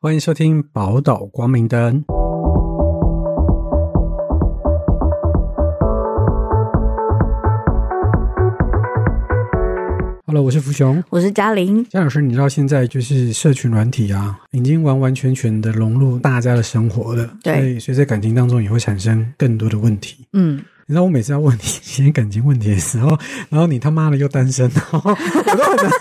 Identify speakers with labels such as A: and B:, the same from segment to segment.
A: 欢迎收听《宝岛光明灯》。Hello，我是福雄。
B: 我是嘉玲，
A: 嘉老师，你知道现在就是社群软体啊，已经完完全全的融入大家的生活了，
B: 对
A: 所以所以在感情当中也会产生更多的问题。
B: 嗯，
A: 你知道我每次要问你一些感情问题的时候，然后你他妈的又单身，然后 我都很难，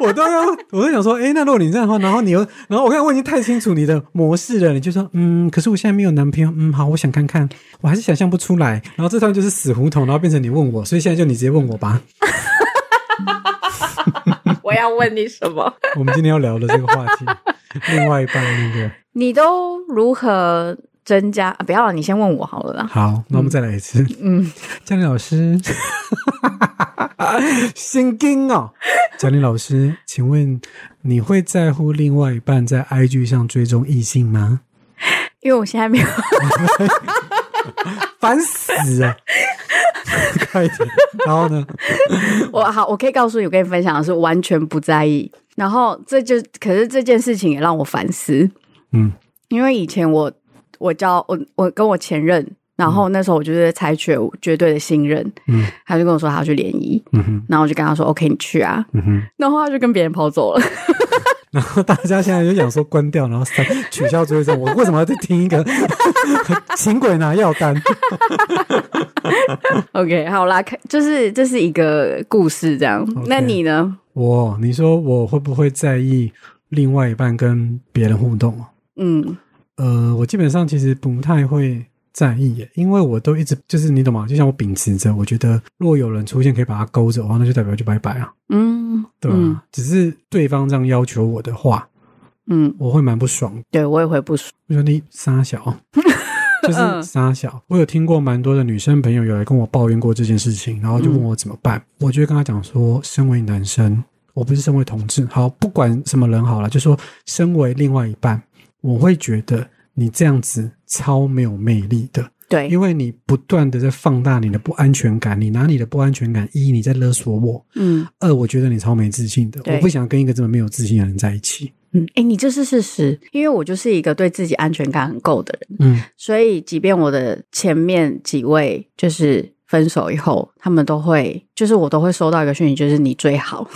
A: 我都要，我都想说，哎、那如果你这样的话，然后你又，然后我看我已经太清楚你的模式了，你就说，嗯，可是我现在没有男朋友，嗯，好，我想看看，我还是想象不出来，然后这趟就是死胡同，然后变成你问我，所以现在就你直接问我吧。
B: 我要问你什么？
A: 我们今天要聊的这个话题， 另外一半那个，
B: 你都如何增加？啊、不要了，你先问我好了啦。
A: 好，那我们再来一次，
B: 嗯，
A: 嘉玲老师，心惊哦，嘉玲老师，请问你会在乎另外一半在 IG 上追踪异性吗？
B: 因为我现在 没有，
A: 烦死 了！快点，然后呢？
B: 我好，我可以告诉你，我跟你分享的是完全不在意。然后这就，可是这件事情也让我反思，
A: 嗯
B: 因为以前我我交我我跟我前任，然后那时候我就是采取绝对的信任，
A: 嗯
B: 他就跟我说他要去联谊，
A: 嗯哼
B: 然后我就跟他说 OK，你去啊，
A: 嗯哼，
B: 然后他就跟别人跑走了。
A: 然后大家现在就想说关掉，然后删取消追踪，我为什么要再听 一个请鬼拿药 单？
B: OK，好啦，看就是这是一个故事这样。
A: OK
B: 那你呢？
A: 我，你说我会不会在意另外一半跟别人互动？啊
B: 嗯，
A: 呃，我基本上其实不太会在意耶，因为我都一直就是你懂吗？就像我秉持着，我觉得若有人出现可以把它勾着的话，那就代表就拜拜啊，
B: 嗯，
A: 对吧、
B: 嗯
A: 只是对方这样要求我的话，
B: 嗯，
A: 我会蛮不爽的。
B: 对我也会不爽。
A: 我说你傻 小，就是
B: 嗯
A: 傻小。我有听过蛮多的女生朋友有来跟我抱怨过这件事情，然后就问我怎么办，我就会跟她讲说，身为男生，我不是身为同志，好，不管什么人好了，就说身为另外一半，我会觉得你这样子超没有魅力的。
B: 对，
A: 因为你不断的在放大你的不安全感，你拿你的不安全感，一你在勒索我，
B: 嗯
A: 二我觉得你超没自信的，
B: 对
A: 我不想跟一个这么没有自信的人在一起。
B: 嗯，哎、你这是事实，因为我就是一个对自己安全感很够的人，
A: 嗯
B: 所以即便我的前面几位就是分手以后，他们都会，就是我都会收到一个讯息，就是你最 好。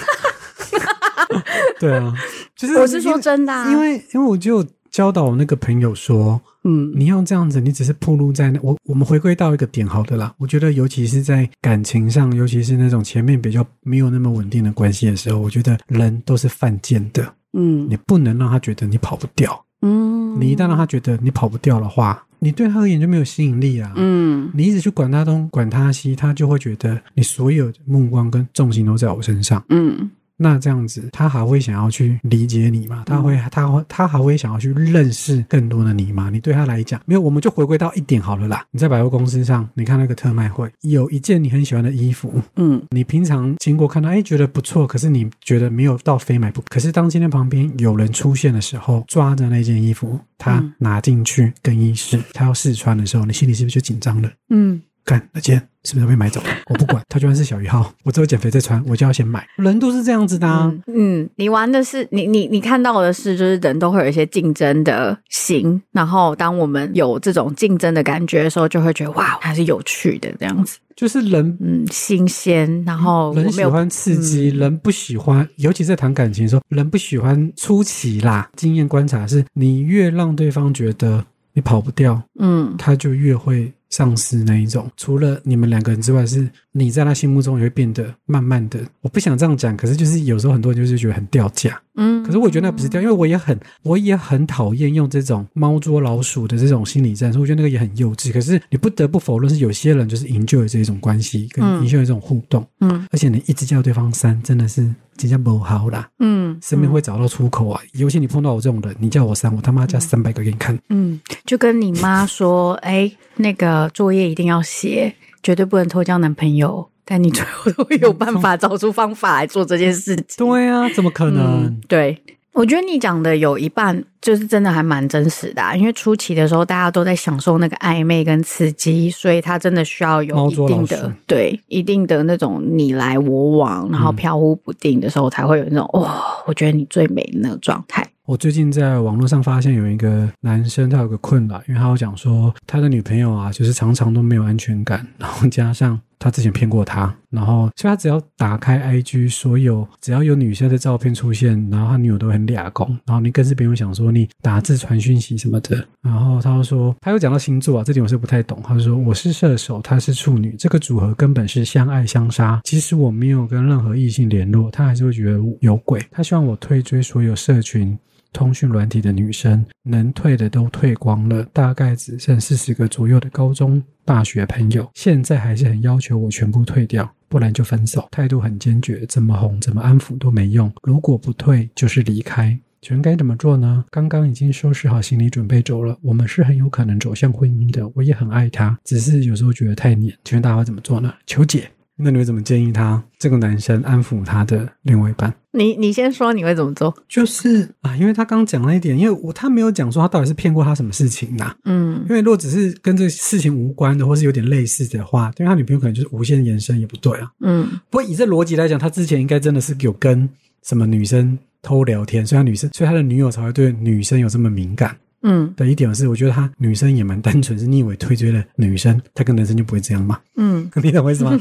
A: 对啊，就是
B: 我是说真的、啊，
A: 因为因为我就教导我那个朋友说，
B: 嗯
A: 你要这样子，你只是暴露在那我我们回归到一个点好的啦。我觉得尤其是在感情上，尤其是那种前面比较没有那么稳定的关系的时候，我觉得人都是犯贱的，
B: 嗯
A: 你不能让他觉得你跑不掉。
B: 嗯，
A: 你一旦让他觉得你跑不掉的话，你对他而言就没有吸引力啊。
B: 嗯
A: 你一直去管他东管他西，他就会觉得你所有的目光跟重心都在我身上。
B: 嗯
A: 那这样子，他还会想要去理解你吗？他
B: 嗯
A: 会，他会，他还会想要去认识更多的你吗？你对他来讲，没有，我们就回归到一点好了啦。你在百货公司上，你看那个特卖会，有一件你很喜欢的衣服，
B: 嗯
A: 你平常经过看到，哎，觉得不错，可是你觉得没有到非买不可。可是当今天旁边有人出现的时候，抓着那件衣服，他
B: 嗯
A: 拿进去更衣室，他要试穿的时候，你心里是不是就紧张了？
B: 嗯，
A: 干那件是不是要被买走了？我不管，它就算是小一号，我只有减肥再穿，我就要先买。人都是这样子的啊。
B: 嗯嗯，你玩的是你你你看到的是，就是人都会有一些竞争的心，然后当我们有这种竞争的感觉的时候，就会觉得哇，还是有趣的这样子，
A: 就是人，
B: 嗯，新鲜，然后哦我
A: 人
B: 没
A: 喜
B: 有
A: 欢刺激，
B: 嗯
A: 人不喜欢，尤其在谈感情的时候，人不喜欢出奇啦。经验观察是，你越让对方觉得你跑不掉，
B: 嗯
A: 他就越会丧失那一种。除了你们两个人之外，是你在他心目中也会变得慢慢的。我不想这样讲，可是就是有时候很多人就是觉得很掉价。
B: 嗯，
A: 可是我觉得那不是掉，因为我也很，我也很讨厌用这种猫捉老鼠的这种心理战术，我觉得那个也很幼稚。可是你不得不否认，是有些人就是 enjoy 这一种关系，跟
B: 嗯
A: enjoy 这种互动。
B: 嗯
A: 而且你一直叫对方删，真的是真叫不好啦，
B: 嗯，
A: 生命会找到出口啊！尤其你碰到我这种人，你叫我删，我他妈加三百个给你看。
B: 嗯，嗯就跟你妈说，哎，那个作业一定要写，绝对不能偷交男朋友，但你最后都会有办
A: 嗯
B: 法找出方法来做这件事情，
A: 对啊，怎么可能？
B: 嗯，对。我觉得你讲的有一半就是真的还蛮真实的、啊，因为初期的时候大家都在享受那个暧昧跟刺激，所以他真的需要有
A: 猫
B: 一
A: 捉
B: 定
A: 老
B: 的
A: 鼠
B: 对一定的那种你来我往，然后
A: 嗯
B: 哦飘忽不定的时候才会有那种哇、我觉得你最美的那个状态。
A: 我最近在网络上发现有一个男生，他有个困扰，因为他有讲说他的女朋友啊，就是常常都没有安全感，然后加上他之前骗过他，然后所以他只要打开 IG，所有只要有女生的照片出现，然后他女友都很俩拱，然后你更是不用想说你打字传讯息什么的，然后他又说他又讲到星座啊，这点我是不太懂，他就说我是射手，他是处女，这个组合根本是相爱相杀，即使我没有跟任何异性联络，他还是会觉得有鬼，他希望我退追所有社群。通讯软体的女生，能退的都退光了，大概只剩四十个左右的高中、大学朋友，现在还是很要求我全部退掉，不然就分手，态度很坚决，怎么哄、怎么安抚都没用，如果不退就是离开。请问该怎么做呢？刚刚已经收拾好行李准备走了，我们是很有可能走向婚姻的，我也很爱他，只是有时候觉得太黏。请问大家会怎么做呢？求解。那你会怎么建议他这个男生安抚他的另外一半？
B: 你你先说你会怎么做？
A: 就是啊，因为他刚讲那一点，因为我他没有讲说他到底是骗过他什么事情呐、
B: 嗯
A: 因为如果只是跟这个事情无关的，或是有点类似的话，因为他女朋友可能就是无限延伸也不对啊。
B: 嗯
A: 不过以这逻辑来讲，他之前应该真的是有跟什么女生偷聊天，所以他女生，所以他的女友才会对女生有这么敏感。
B: 嗯
A: 的一点是，我觉得他女生也蛮单纯，是你以为退追了女生，他跟男生就不会这样嘛？
B: 嗯，
A: 你懂我意思吗？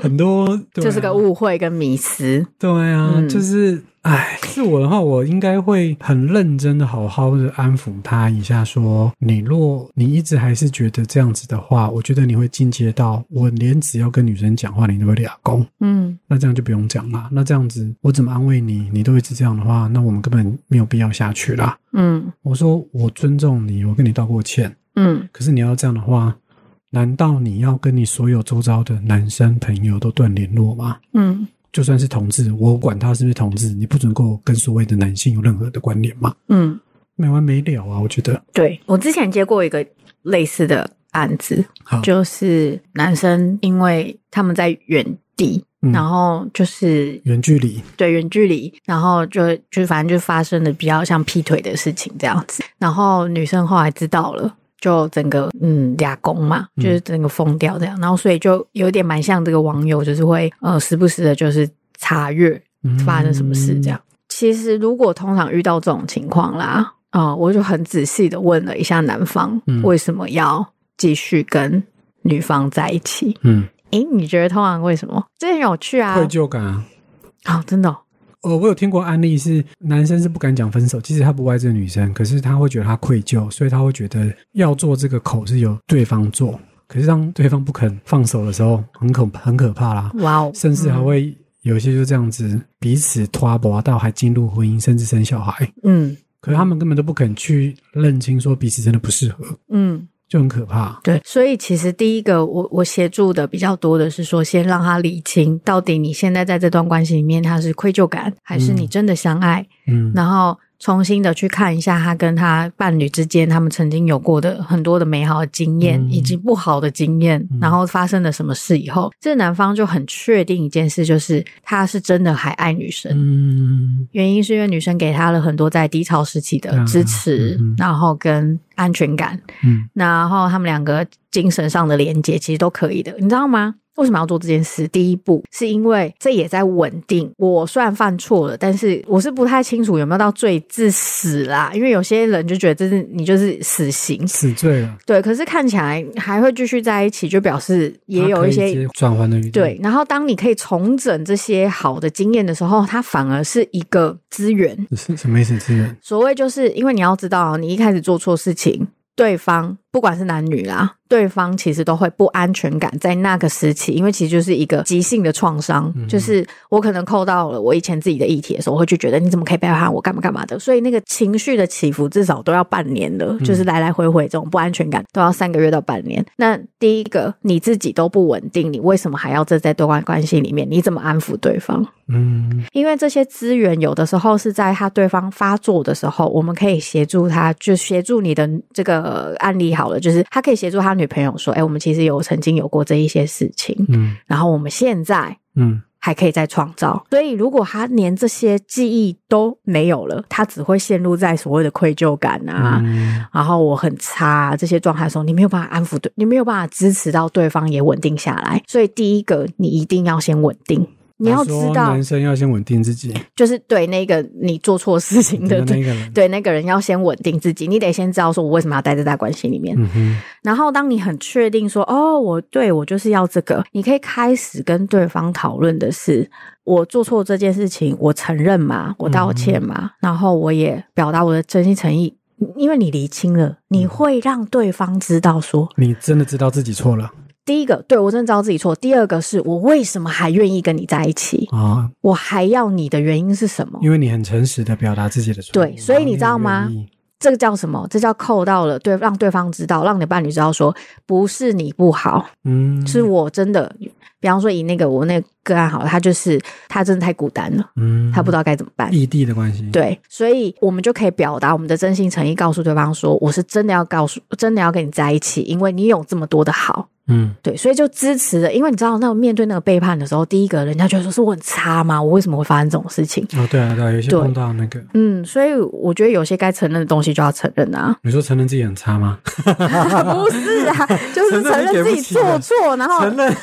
A: 很多、对啊
B: 就是个误会跟迷思。
A: 对啊，
B: 嗯
A: 就是，哎，是我的话，我应该会很认真的、好好的安抚他一下说，你若你一直还是觉得这样子的话，我觉得你会进阶到我连只要跟女生讲话，你都会俩攻，
B: 嗯
A: 那这样就不用讲啦。那这样子，我怎么安慰你？你都一直这样的话，那我们根本没有必要下去啦。
B: 嗯
A: 我说我尊重你，我跟你道过歉，
B: 嗯
A: 可是你要这样的话。难道你要跟你所有周遭的男生朋友都断联络吗？
B: 嗯
A: 就算是同志，我管他是不是同志，你不准跟我跟所谓的男性有任何的关联嘛？
B: 嗯，
A: 没完没了啊！我觉得，
B: 对我之前接过一个类似的案子，
A: 好
B: 就是男生因为他们在远地，
A: 嗯
B: 然后就是
A: 远距离，
B: 对远距离，然后就就反正就发生了比较像劈腿的事情这样子，然后女生后来知道了。就整个嗯俩公嘛，
A: 嗯
B: 就是整个疯掉这样，然后所以就有点蛮像这个网友，就是会呃时不时的就是查阅
A: 嗯
B: 发生什么事这样。。其实如果通常遇到这种情况啦，啊、我就很仔细的问了一下男方
A: 嗯
B: 为什么要继续跟女方在一起。
A: 嗯，
B: 诶，你觉得通常为什么？这很有趣啊！
A: 愧疚感啊。
B: 哦，真的哦、
A: 呃，我有听过案例是男生是不敢讲分手，即使他不爱这个女生，可是他会觉得他愧疚，所以他会觉得要做这个口是由对方做。可是当对方不肯放手的时候，很可很可怕啦，
B: 哇哦，
A: 甚至还会有一些就这样子彼此拖磨到还进入婚姻，甚至生小孩。
B: 嗯
A: 可是他们根本都不肯去认清，说彼此真的不适合，
B: 嗯，
A: 就很可怕。
B: 对，所以其实第一个我我协助的比较多的是说，先让他理清到底你现在在这段关系里面他是愧疚感，还是你
A: 嗯
B: 真的相爱，
A: 嗯，
B: 然后重新的去看一下他跟他伴侣之间，他们曾经有过的很多的美好的经验，
A: 嗯
B: 以及不好的经验，
A: 嗯
B: 然后发生了什么事以后，这男方就很确定一件事，就是他是真的还爱女生。
A: 嗯
B: 原因是因为女生给他了很多在低潮时期的
A: 啊
B: 支持，
A: 嗯嗯
B: 然后跟安全感，
A: 嗯
B: 然后他们两个精神上的连接其实都可以的，你知道吗？为什么要做这件事？第一步是因为这也在稳定。我虽然犯错了，但是我是不太清楚有没有到罪致死啦，因为有些人就觉得这是你就是死刑，
A: 死罪了，
B: 对。可是看起来还会继续在一起，就表示也
A: 他
B: 有一
A: 可以
B: 些
A: 接转换的余地。
B: 对，，然后当你可以重整这些好的经验的时候，它反而是一个资源。
A: 是什么意思？资源？
B: 所谓就是因为你要知道，哦你一开始做错事情，对方不管是男女啦，对方其实都会不安全感在那个时期，因为其实就是一个急性的创伤，
A: 嗯
B: 就是我可能扣到了我以前自己的议题的时候，我会就觉得你怎么可以背叛我，干嘛干嘛的，所以那个情绪的起伏至少都要半年了，就是来来回回这种不安全感都要三个月到半年。那第一个你自己都不稳定，你为什么还要这在对外关系里面？你怎么安抚对方？
A: 嗯
B: 因为这些资源有的时候是在他对方发作的时候，我们可以协助他，就协助你的这个案例好了，就是他可以协助他女朋友说：“哎、我们其实有曾经有过这一些事情，
A: 嗯
B: 然后我们现在
A: 嗯
B: 还可以再创造。”所以，如果他连这些记忆都没有了，他只会陷入在所谓的愧疚感啊，
A: 嗯
B: 然后我很差啊这些状态的时候，你没有办法安抚对，你没有办法支持到对方也稳定下来。所以第一个，你一定要先稳定，你要知
A: 说
B: 道
A: 男，生要先稳定自己
B: 就是对那个你做错事情的
A: 的那个人，
B: 对那个人要先稳定自己，你得先知道说我为什么要待在大关系里面。
A: 嗯哼，
B: 然后当你很确定说哦，我对我就是要这个，你可以开始跟对方讨论的是，我做错这件事情，我承认嘛，我
A: 嗯
B: 道歉嘛，然后我也表达我的真心诚意。因为你厘清了，
A: 嗯
B: 你会让对方知道说，
A: 你真的知道自己错了
B: 第一个，对我真的知道自己错；第二个是我为什么还愿意跟你在一起，
A: 啊，
B: 我还要你的原因是什么？
A: 因为你很诚实的表达自己的错误，
B: 对所以你知道
A: 然后
B: 吗
A: 你也愿意？
B: 这个叫什么？这叫扣到了对，让对方知道，让你的伴侣知道说，不是你不好，
A: 嗯，
B: 是我真的，比方说以那个我那个个案好了，他就是他真的太孤单了，
A: 嗯，
B: 他不知道该怎么办。
A: 异地的关系，，
B: 对，所以我们就可以表达我们的真心诚意，告诉对方说，我是真的要告诉，真的要跟你在一起，因为你有这么多的好。
A: 嗯，
B: 对，所以就支持了，因为你知道，那种面对那个背叛的时候，第一个人家觉得说是我很差吗？我为什么会发生这种事情？
A: 哦，对啊，对啊，有些
B: 对
A: 碰到那个，，
B: 嗯，所以我觉得有些该承认的东西就要承认啊
A: 你说承认自己很差吗？
B: 不是 啊，就是承认自己做错，然后
A: 承认，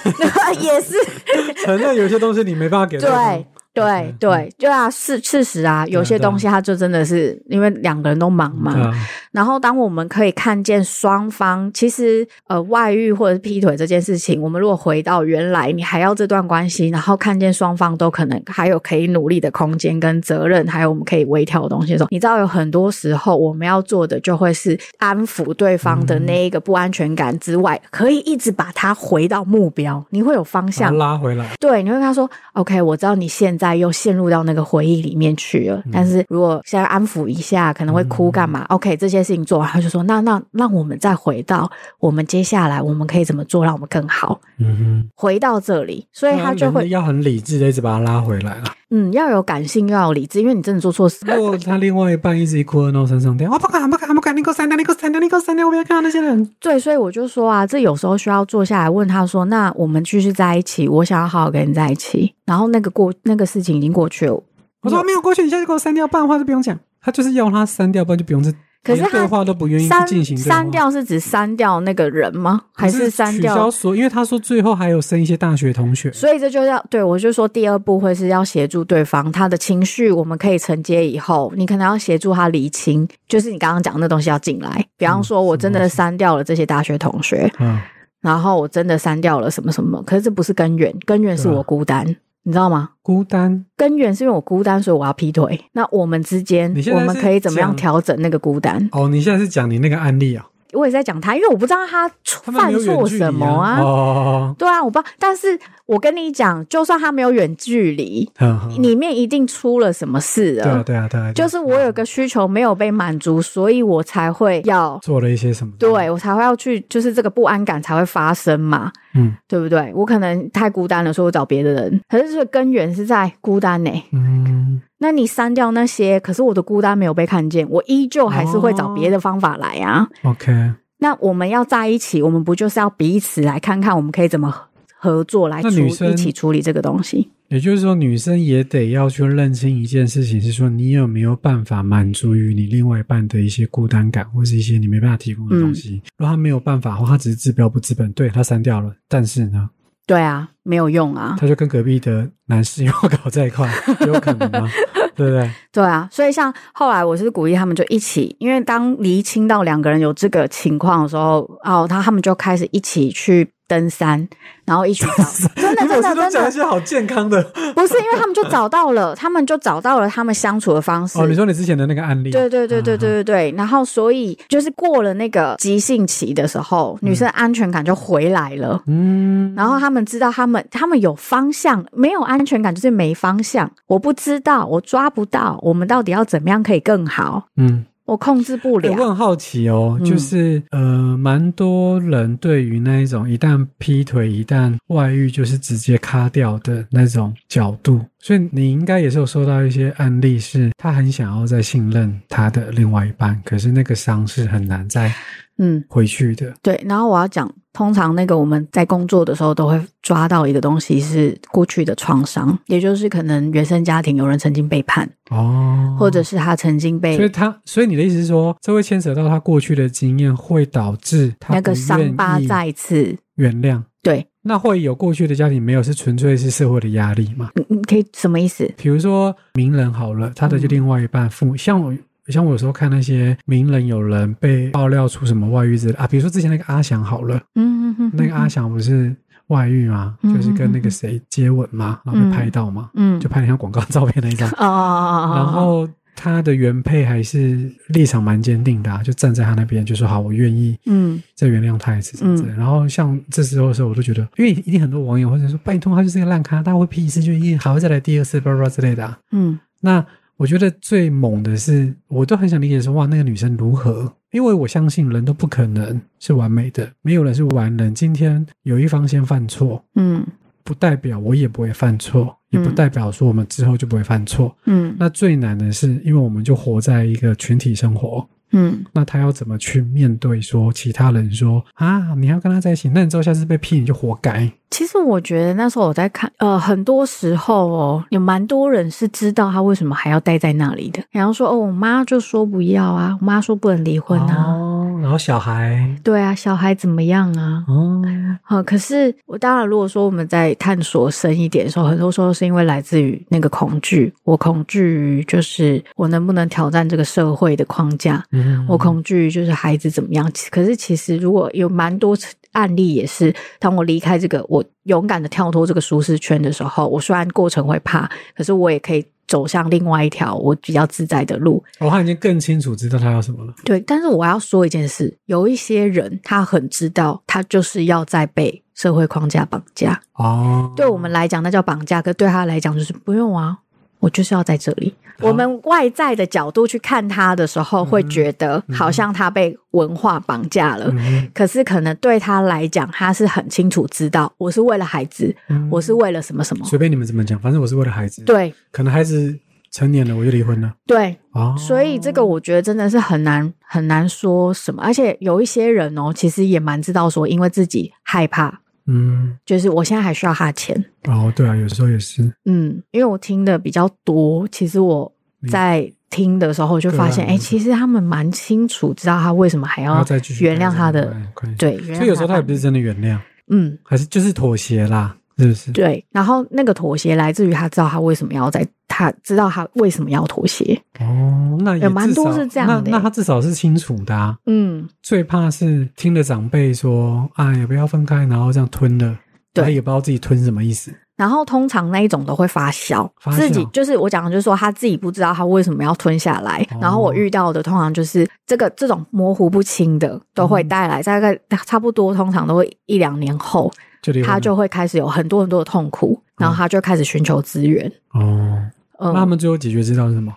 B: 也是
A: 承认有些东西你没办法给方
B: 对。对对，对啊，是事实啊，有些东西它就真的是因为两个人都忙嘛。
A: 对啊，
B: 然后当我们可以看见双方，其实呃外遇或者是劈腿这件事情，我们如果回到原来你还要这段关系，然后看见双方都可能还有可以努力的空间跟责任，还有我们可以微调的东西的时候，你知道有很多时候我们要做的就会是安抚对方的那一个不安全感之外，可以一直把它回到目标，你会有方
A: 把它
B: 向。
A: 拉回来，
B: 对，你会跟他说：“OK，我知道你现在又陷入到那个回忆里面去
A: 嗯
B: 了，但是如果现在安抚一下，可能会哭干嘛、o k 这些事情做完，他就说：‘那那让我们再回到我们接下来我们可以怎么做，让我们更好。
A: 嗯哼’，
B: 回到这里，所以他就
A: 人
B: 会
A: 要很理智的一直把它拉回来了。
B: 嗯，要有感性，又要有理智，因为你真的做错事。
A: 如果他另外一半一直哭二闹三上吊，啊我不敢不敢不敢，你给我删掉，你给我删掉，你给我删掉，我不要看到那些人。
B: 对，所以我就说啊，这有时候需要坐下来问他说：‘那我们继续在一起，我想要好好跟你在一起。’然后那个过那个事情已经过去了，
A: 我说没有过去，你现在就给我删掉，不然的话就不用讲。他就是要他删掉，不然就不用这，
B: 可是
A: 连
B: 他
A: 对话都不愿意
B: 删
A: 进行对话
B: 删。掉是指删掉那个人吗？还
A: 可是
B: 删
A: 取消
B: 掉？
A: 所？因为他说最后还有生一些大学同学，
B: 所以这就要对我就说，第二步会是要协助对方他的情绪，我们可以承接以后，你可能要协助他厘清，就是你刚刚讲的那东西要进来。比方说，我真
A: 什么
B: 的嗯
A: 东西
B: 删掉了这些大学同学，
A: 嗯，
B: 然后我真的删掉了什么什么，可是这不是根源，根源是
A: 对啊
B: 我孤单，你知道吗？
A: 孤单。
B: 根源是因为我孤单，所以我要劈腿。那我们之间
A: 你，现
B: 我
A: 在
B: 们
A: 是
B: 可以怎么样
A: 讲
B: 调整那个孤单？
A: 哦，你现在是讲你那个案例啊？
B: 我也在讲他，因为我不知道他
A: 他们没
B: 犯
A: 有远
B: 错
A: 距离
B: 什么啊。
A: 哦，
B: 对啊，我不知道，但是我跟你讲，就算他没有远距离，
A: 嗯嗯
B: 里面一定出了什么事
A: 对啊
B: 了。
A: 对啊对啊，对
B: 就
A: 啊
B: 是我有个需求没有被满足，所以我才会要，
A: 做了一些什么？
B: 对，我才会要去，就是这个不安感才会发生嘛，
A: 嗯
B: 对不对？我可能太孤单了，所以我找别的人。可是这个根源是在孤单呢、
A: 嗯，
B: 那你删掉那些，可是我的孤单没有被看见，我依旧还是会找别的方法来啊。
A: OK，
B: 那我们要在一起，我们不就是要彼此来看看我们可以怎么合合作来
A: 那
B: 处
A: 女生
B: 一起处理这个东西？
A: 也就是说，女生也得要去认清一件事情，是说你有没有办法满足于你另外一半的一些孤单感，或是一些你没办法提供的东
B: 嗯
A: 西。如果他没有办法的话，他只是治标不治本，对他删掉了，但是呢，
B: 对啊，没有用啊，
A: 他就跟隔壁的男室友搞在一 块，有可能吗？对不对？
B: 对啊。所以像后来我是鼓励他们就一起，因为当厘清到两个人有这个情况的时候，哦，他他们就开始一起去登山，然后一起找，真的
A: 你每
B: 真的
A: 次都
B: 真
A: 讲一
B: 的
A: 些好健康的
B: 不是，因为他们就找到了，他们就找到了他们相处的方式。
A: 哦。你说嗯你之前的那个案例，
B: 对对对对对对对，然后所以就是过了那个急性期的时候，女生安全感就回来了。
A: 嗯，
B: 然后他们知道他们他们有方向，没有安全感就是没方向。我不知道，我抓不到，我们到底要怎么样可以更好？
A: 嗯，
B: 我控制不
A: 欸
B: 了。嗯
A: 我很好奇哦，就是、呃，蛮多人对于那一种一旦劈腿、一旦外遇，就是直接卡掉的那种角度，所以你应该也是有收到一些案例，是他很想要再信任他的另外一半，可是那个伤是很难再
B: 嗯，
A: 回去的。
B: 对。然后我要讲，通常那个我们在工作的时候都会抓到一个东西是过去的创伤，也就是可能原生家庭有人曾经背叛，
A: 哦，
B: 或者。是他曾经
A: 所以
B: 被
A: 他，所以你的意思是说，这会牵扯到他过去的经验，会导致他
B: 那个
A: 不愿
B: 伤疤
A: 意
B: 再次
A: 原谅。
B: 对。
A: 那会有过去的家庭没有，是纯粹是社会的压力嘛？
B: 你你可以什么意思？
A: 比如说名人好了，他的就另外一半父母，像我。像我有时候看那些名人，有人被爆料出什么外遇之类的啊，比如说之前那个阿翔好了，
B: 嗯嗯嗯，
A: 那个阿翔不是外遇吗？
B: 嗯
A: 就是跟那个谁接吻嘛，然后被拍到嘛，
B: 嗯
A: 啊就拍了像广告照片那一张。
B: 哦哦 哦，
A: 然后他的原配还是立场蛮坚定的、啊，就站在他那边，就说好，我愿意
B: 嗯
A: 再原谅他一次什么之类的。然后像这时候的时候，我都觉得，因为一定很多网友或者说拜托他就是个烂咖，他会屁事，就一定还会再来第二次，巴拉巴拉之类的、啊。
B: 嗯
A: 那我觉得最猛的是，我都很想理解说，哇，那个女生如何？因为我相信人都不可能是完美的，没有人是完人。今天有一方先犯错，
B: 嗯
A: 不代表我也不会犯错，也不
B: 嗯
A: 代表说我们之后就不会犯错。
B: 嗯
A: 那最难的是，因为我们就活在一个群体生活，
B: 嗯
A: 那他要怎么去面对说其他人说啊，你要跟他在一起，那你之后下次被批你就活该。
B: 其实我觉得那时候我在看，呃，很多时候哦，有蛮多人是知道他为什么还要待在那里的，然后说哦，我妈就说不要啊，我妈说不能离婚啊，
A: 哦，然后小孩，
B: 对啊，小孩怎么样啊？
A: 哦，
B: 好、可是我当然，如果说我们在探索深一点的时候，很多时候是因为来自于那个恐惧，我恐惧于就是我能不能挑战这个社会的框架，
A: 嗯
B: 我恐惧就是孩子怎么样。其可是其实如果有蛮多案例也是，当我离开这个，我勇敢的跳脱这个舒适圈的时候，我虽然过程会怕，可是我也可以走向另外一条我比较自在的路。
A: 我他已经更清楚知道他要什么了。
B: 对，但是我要说一件事，有一些人他很知道，他就是要在被社会框架绑架。
A: 哦，
B: 对我们来讲那叫绑架，可对他来讲就是不用啊。我就是要在这里。
A: 好
B: 我们外在的角度去看他的时候，
A: 嗯哼
B: 会觉得好像他被文化绑架了。
A: 嗯
B: 可是可能对他来讲，他是很清楚知道，我是为了孩子，
A: 嗯哼，
B: 我是为了什么什么。
A: 随便你们怎么讲，反正我是为了孩子。，
B: 对
A: 可能孩子成年了，我就离婚了。
B: 对，
A: 哦，
B: 所以这个我觉得真的是很难很难说什么。而且有一些人哦，其实也蛮知道说，因为自己害怕，
A: 嗯，
B: 就是我现在还需要他钱。
A: 哦，对啊，有时候也是，
B: 嗯，因为我听的比较多，其实我在听的时候就发现，
A: 个
B: 哎、
A: 案
B: 其实他们蛮清楚知道他为什么还
A: 然后
B: 要
A: 再继续
B: 原谅他的，
A: 关系。
B: 对，
A: 所
B: 原谅
A: 以有时候
B: 他
A: 他也不是真的原谅，
B: 嗯，
A: 还是就是妥协啦，是不是？
B: 对。然后那个妥协来自于他知道他为什么要在，他知道他为什么要妥协，
A: 哦，那也
B: 有蛮
A: 至少
B: 多是这样的
A: 那那他至少是清楚的啊。
B: 嗯，
A: 最怕是听了长辈说，哎，不要分开，然后这样吞了，
B: 对
A: 他也不知道自己吞什么意思。
B: 然后通常那一种都会发酵，
A: 发酵
B: 自己就是我讲的，就是说他自己不知道他为什么要吞下来。
A: 哦
B: 然后我遇到的通常就是这个这种模糊不清的，都会
A: 嗯
B: 带来大概差不多，通常都会一两年后，
A: 就离婚了
B: 他就会开始有很多很多的痛苦，
A: 嗯
B: 然后他就开始寻求资源。
A: 哦，那他
B: 嗯
A: 们最后解决之道是什么？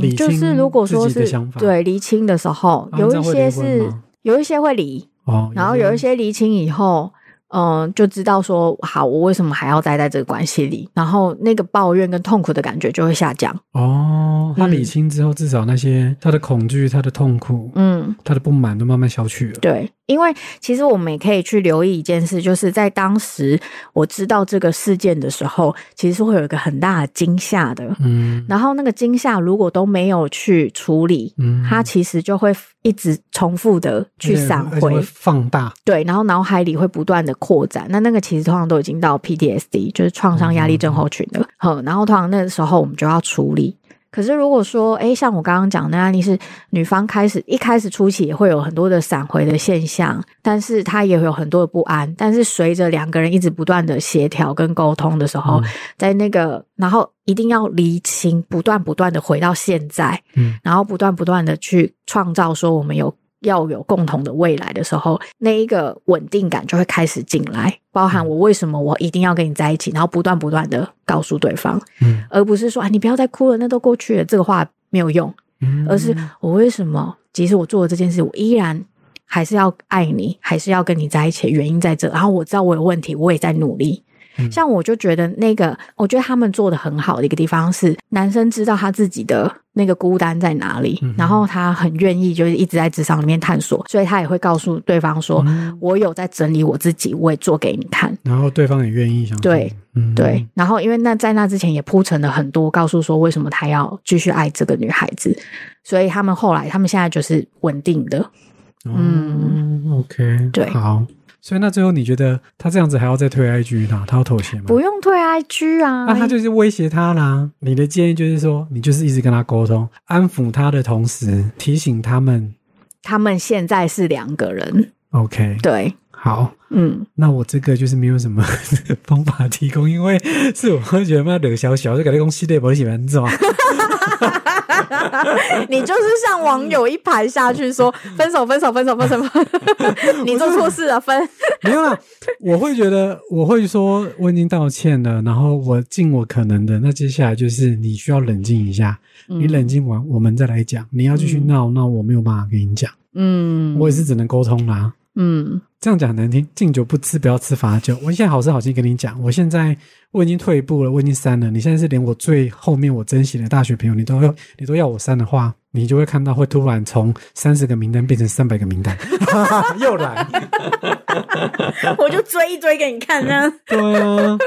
A: 理清
B: 嗯，就是如果说
A: 自己的
B: 是
A: 想法
B: 对离清的时候，
A: 啊
B: 有
A: 这
B: 一
A: 样会
B: 些
A: 离婚
B: 是
A: 吗
B: 有一些会离，
A: 哦，
B: 然后有一些离清以后，嗯，就知道说好，我为什么还要待在这个关系里？然后那个抱怨跟痛苦的感觉就会下降。
A: 哦，他
B: 嗯
A: 理清之后，至少那些他的恐惧、他的痛苦、
B: 嗯，
A: 他的不满都慢慢消去了。
B: 对，因为其实我们也可以去留意一件事，就是在当时我知道这个事件的时候，其实是会有一个很大的惊吓的。
A: 嗯，
B: 然后那个惊吓如果都没有去处理，
A: 嗯
B: 它其实就会一直重复的去闪
A: 而且会
B: 回，
A: 放大。
B: 对，然后脑海里会不断的扩展。那那个其实通常都已经到 PTSD，就是创伤压力症
A: 哦
B: 候群了。哼、然后通常那时候我们就要处理。可是如果说，诶，像我刚刚讲的那案例是女方开始一开始初期也会有很多的闪回的现象，但是她也会有很多的不安。但是随着两个人一直不断的协调跟沟通的时候，
A: 嗯
B: 在那个然后一定要厘清，不断不断的回到现在，
A: 嗯，
B: 然后不断不断的去创造说我们有要有共同的未来的时候，那一个稳定感就会开始进来，包含我为什么我一定要跟你在一起，然后不断不断的告诉对方，
A: 嗯
B: 而不是说啊你不要再哭了，那都过去了，这个话没有用，
A: 嗯，
B: 而是我为什么即使我做了这件事，我依然。还是要爱你，还是要跟你在一起，原因在这。然后我知道我有问题，我也在努力。
A: 嗯
B: 像我就觉得那个，我觉得他们做的很好的一个地方是，男生知道他自己的那个孤单在哪里，
A: 嗯哼
B: 然后他很愿意就是一直在职场里面探索，所以他也会告诉对方说，
A: 嗯
B: 我有在整理我自己，我也做给你看。
A: 然后对方也愿意相信。
B: 对，
A: 嗯，
B: 对，然后因为那在那之前也铺陈了很多，告诉说为什么他要继续爱这个女孩子，所以他们后来他们现在就是稳定的，
A: 哦嗯，OK，
B: 对
A: 好。所以那最后你觉得他这样子还要再推 IG 啦，他要妥协吗？
B: 不用退 IG 啊，
A: 那、他就是威胁他啦。你的建议就是说，你就是一直跟他沟通，安抚他的同时提醒他们
B: 他们现在是两个人，
A: ，OK，
B: 对，
A: 好。
B: 嗯，
A: 那我这个就是没有什么 方法提供，因为是我会觉得妈惹小小，就感觉公系列不喜欢做。
B: 你就是像网友一排下 去说分手，分手，分手，分手，分手你做错事了，分，
A: 没有啦，我会觉得我会说我已经道歉了，然后我尽我可能的。那接下来就是你需要冷静一下，
B: 嗯
A: 你冷静完我们再来讲。你要继续闹，那我没有办法跟你讲，
B: 嗯，
A: 我也是只能沟通啦。
B: 嗯
A: 这样讲很难听，敬酒不吃不要吃罚酒。我现在好声好气跟你讲，我现在我已经退一步了，我已经删了。你现在是连我最后面我珍惜的大学朋友，你都要你都要我删的话，你就会看到会突然从三十个名单变成三百个名单， 又来。
B: 我就追一追给你看呢、
A: 对啊，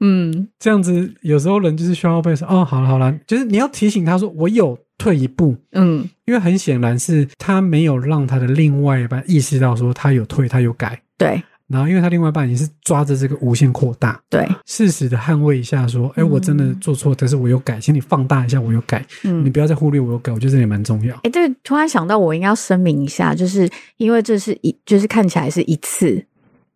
B: 嗯
A: 这样子有时候人就是需要被说哦，好了好了，就是你要提醒他说我有退一步，
B: 嗯
A: 因为很显然是他没有让他的另外一半意识到说他有退，他有改。
B: 对
A: 然后，因为他另外一半也是抓着这个无限扩大，
B: 对，
A: 适时的捍卫一下，说：“哎、
B: 嗯
A: 我真的做错，但是我有改，请你放大一下，我有改，
B: 嗯
A: 你不要再忽略我有改。”我觉得这点蛮重要。
B: 哎、对，突然想到，我应该要声明一下，就是因为这是一，就是看起来是一次，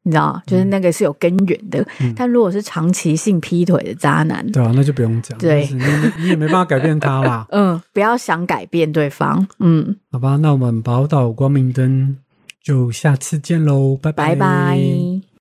B: 你知道吗，就是那个是有根源的。
A: 嗯
B: 但如果是长期性劈腿的渣男，
A: 对啊，那就不用讲，
B: 对，
A: 就是你你也没办法改变他啦
B: 嗯，不要想改变对方，嗯，
A: 好吧？那我们宝岛光明灯就下次见喽，拜
B: 拜拜。